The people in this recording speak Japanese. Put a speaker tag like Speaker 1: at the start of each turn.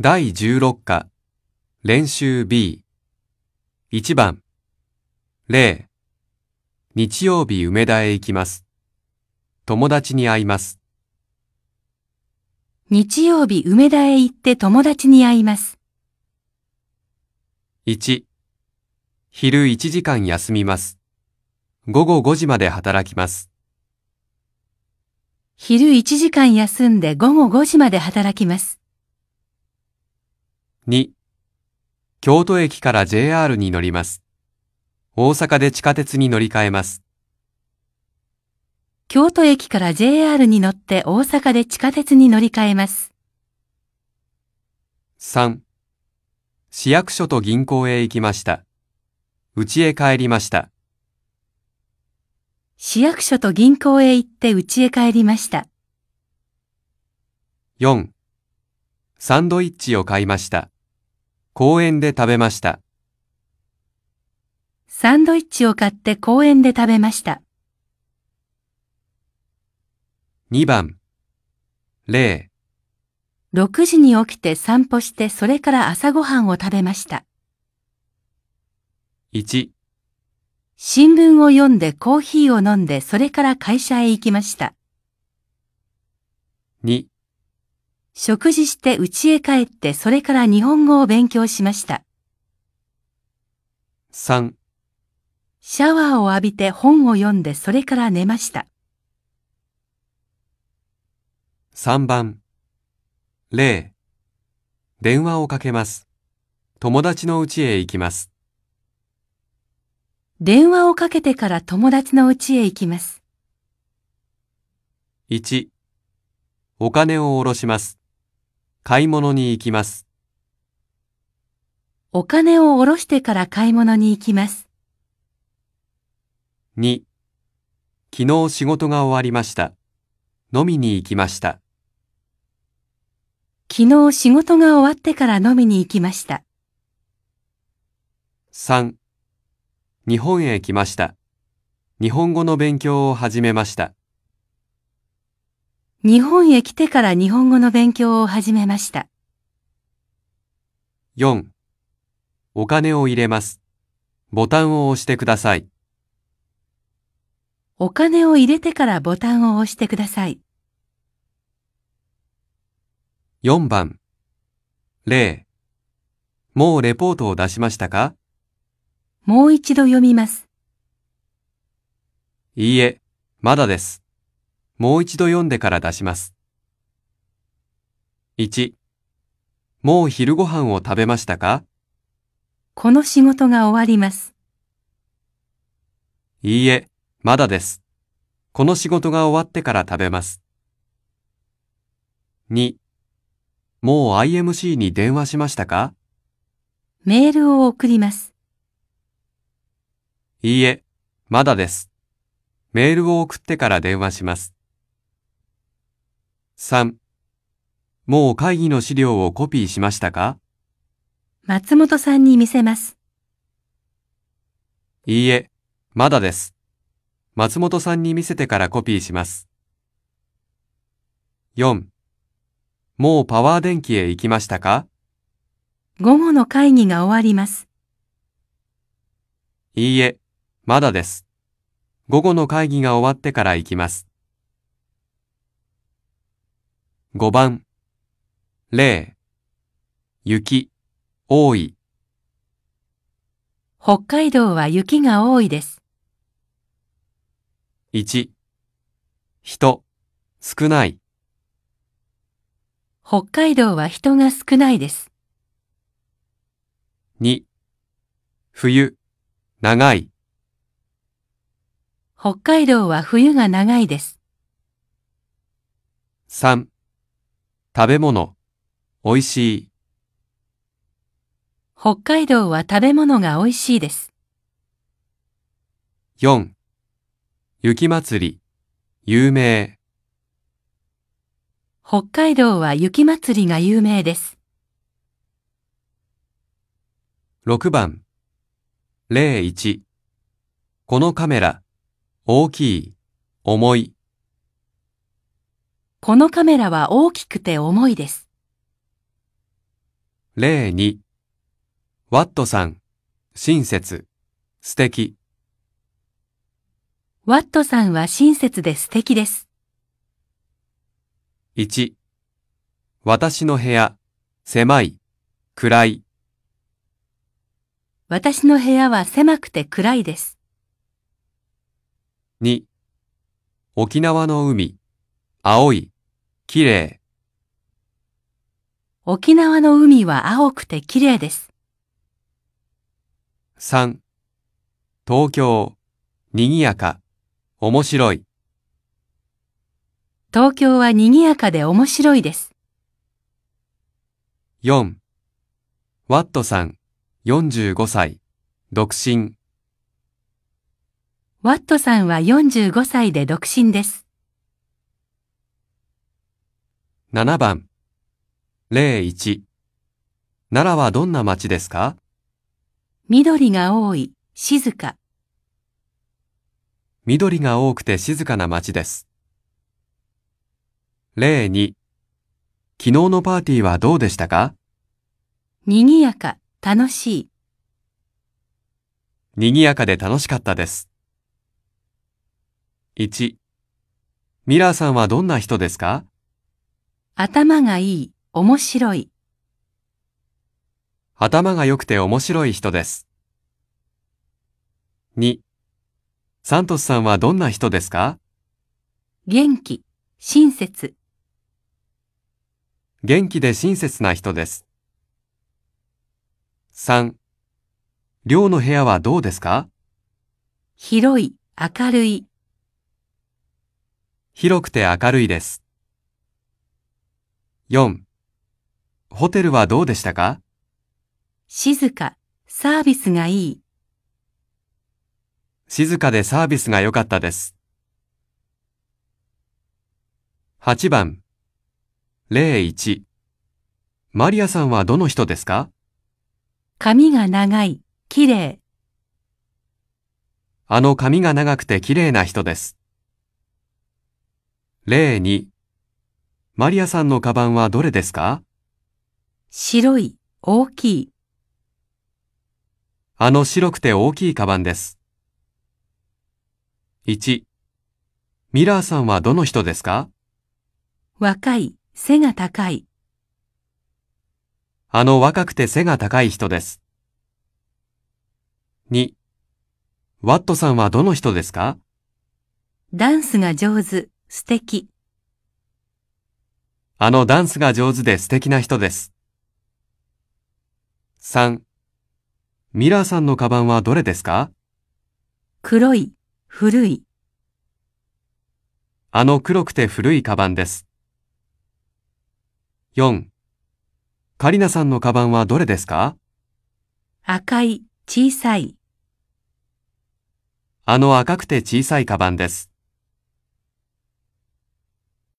Speaker 1: 第16課、練習 B。1番、0。日曜日梅田へ行きます。友達に会います。
Speaker 2: 日曜日梅田へ行って友達に会います。
Speaker 1: 1、昼1時間休みます。午後5時まで働きます。
Speaker 2: 昼1時間休んで午後5時まで働きます。
Speaker 1: 2、京都駅から JR に乗ります。大阪で地下鉄に乗り換えます。
Speaker 2: 京都駅から JR に乗って大阪で地下鉄に乗り換えます。
Speaker 1: 3、市役所と銀行へ行きました。家へ帰りました。
Speaker 2: 市役所と銀行へ行って家へ帰りました。
Speaker 1: 4. サンドイッチを買いました。公園で食べました。
Speaker 2: サンドイッチを買って公園で食べました。
Speaker 1: 2番。0、
Speaker 2: 6時に起きて散歩してそれから朝ごはんを食べました。
Speaker 1: 1、
Speaker 2: 新聞を読んでコーヒーを飲んでそれから会社へ行きました。
Speaker 1: 2、
Speaker 2: 食事して家へ帰ってそれから日本語を勉強しました。
Speaker 1: 3。
Speaker 2: シャワーを浴びて本を読んでそれから寝ました。
Speaker 1: 3番。0、電話をかけます。友達の家へ行きます。
Speaker 2: 電話をかけてから友達の家へ行きます。
Speaker 1: 1、お金を下ろします。買い物に行きます。
Speaker 2: お金を下ろしてから買い物に行きます。
Speaker 1: 2、昨日仕事が終わりました。飲みに行きました。
Speaker 2: 昨日仕事が終わってから飲みに行きました。
Speaker 1: 3. 日本へ来ました。日本語の勉強を始めました。
Speaker 2: 日本へ来てから日本語の勉強を始めました。
Speaker 1: 4. お金を入れます。ボタンを押してください。
Speaker 2: お金を入れてからボタンを押してください。
Speaker 1: 4番。0. もうレポートを出しましたか
Speaker 2: もう一度読みます。
Speaker 1: いいえ、まだです。もう一度読んでから出します。1. もう昼ご飯を食べましたか
Speaker 2: この仕事が終わります。
Speaker 1: いいえ、まだです。この仕事が終わってから食べます。2. もう IMC に電話しましたか
Speaker 2: メールを送ります。
Speaker 1: いいえ、まだです。メールを送ってから電話します。3. もう会議の資料をコピーしましたか
Speaker 2: 松本さんに見せます。
Speaker 1: いいえ、まだです。松本さんに見せてからコピーします。4. もうパワー電気へ行きましたか
Speaker 2: 午後の会議が終わります。
Speaker 1: いいえ、まだです。午後の会議が終わってから行きます。5番。0。雪、多い。
Speaker 2: 北海道は雪が多いです。
Speaker 1: 1。人、少ない。
Speaker 2: 北海道は人が少ないです。
Speaker 1: 2。冬、長い。
Speaker 2: 北海道は冬が長いです。
Speaker 1: 3。食べ物、美味しい。
Speaker 2: 北海道は食べ物が美味しいです。
Speaker 1: 4. 雪まつり、有名。
Speaker 2: 北海道は雪まつりが有名です。
Speaker 1: 6番。01。このカメラ。大きい。重い。
Speaker 2: このカメラは大きくて重いです。
Speaker 1: 例2ワットさん、親切、素敵、
Speaker 2: ワットさんは親切で素敵です。
Speaker 1: 1私の部屋、狭い、暗い、
Speaker 2: 私の部屋は狭くて暗いです。
Speaker 1: 2沖縄の海、青い、綺麗、
Speaker 2: 沖縄の海は青くて綺麗です。
Speaker 1: 3東京、賑やか、面白い、
Speaker 2: 東京は賑やかで面白いです。
Speaker 1: 4ワットさん、45歳、独身、
Speaker 2: ワットさんは45歳で独身です。
Speaker 1: 7番。01奈良はどんな街ですか
Speaker 2: 緑が多い、静か。
Speaker 1: 緑が多くて静かな街です。02昨日のパーティーはどうでしたか
Speaker 2: 賑やか、楽しい。
Speaker 1: 賑やかで楽しかったです。1ミラーさんはどんな人ですか
Speaker 2: 頭がいい、面白い。
Speaker 1: 頭が良くて面白い人です。2サントスさんはどんな人ですか
Speaker 2: 元気、親切。
Speaker 1: 元気で親切な人です。3寮の部屋はどうですか
Speaker 2: 広い、明るい。
Speaker 1: 広くて明るいです。4ホテルはどうでしたか
Speaker 2: 静か、サービスがいい。
Speaker 1: 静かでサービスが良かったです。8番01マリアさんはどの人ですか
Speaker 2: 髪が長い、綺麗。
Speaker 1: あの髪が長くて綺麗な人です。02マリアさんのカバンはどれですか
Speaker 2: 白い、大きい。
Speaker 1: あの白くて大きいカバンです。1ミラーさんはどの人ですか
Speaker 2: 若い、背が高い。
Speaker 1: あの若くて背が高い人です。2ワットさんはどの人ですか
Speaker 2: ダンスが上手、素敵。
Speaker 1: あのダンスが上手で素敵な人です。3ミラーさんのカバンはどれですか
Speaker 2: 黒い、古い。
Speaker 1: あの黒くて古いカバンです。4カリナさんのカバンはどれですか
Speaker 2: 赤い、小さい。
Speaker 1: あの赤くて小さいカバンです。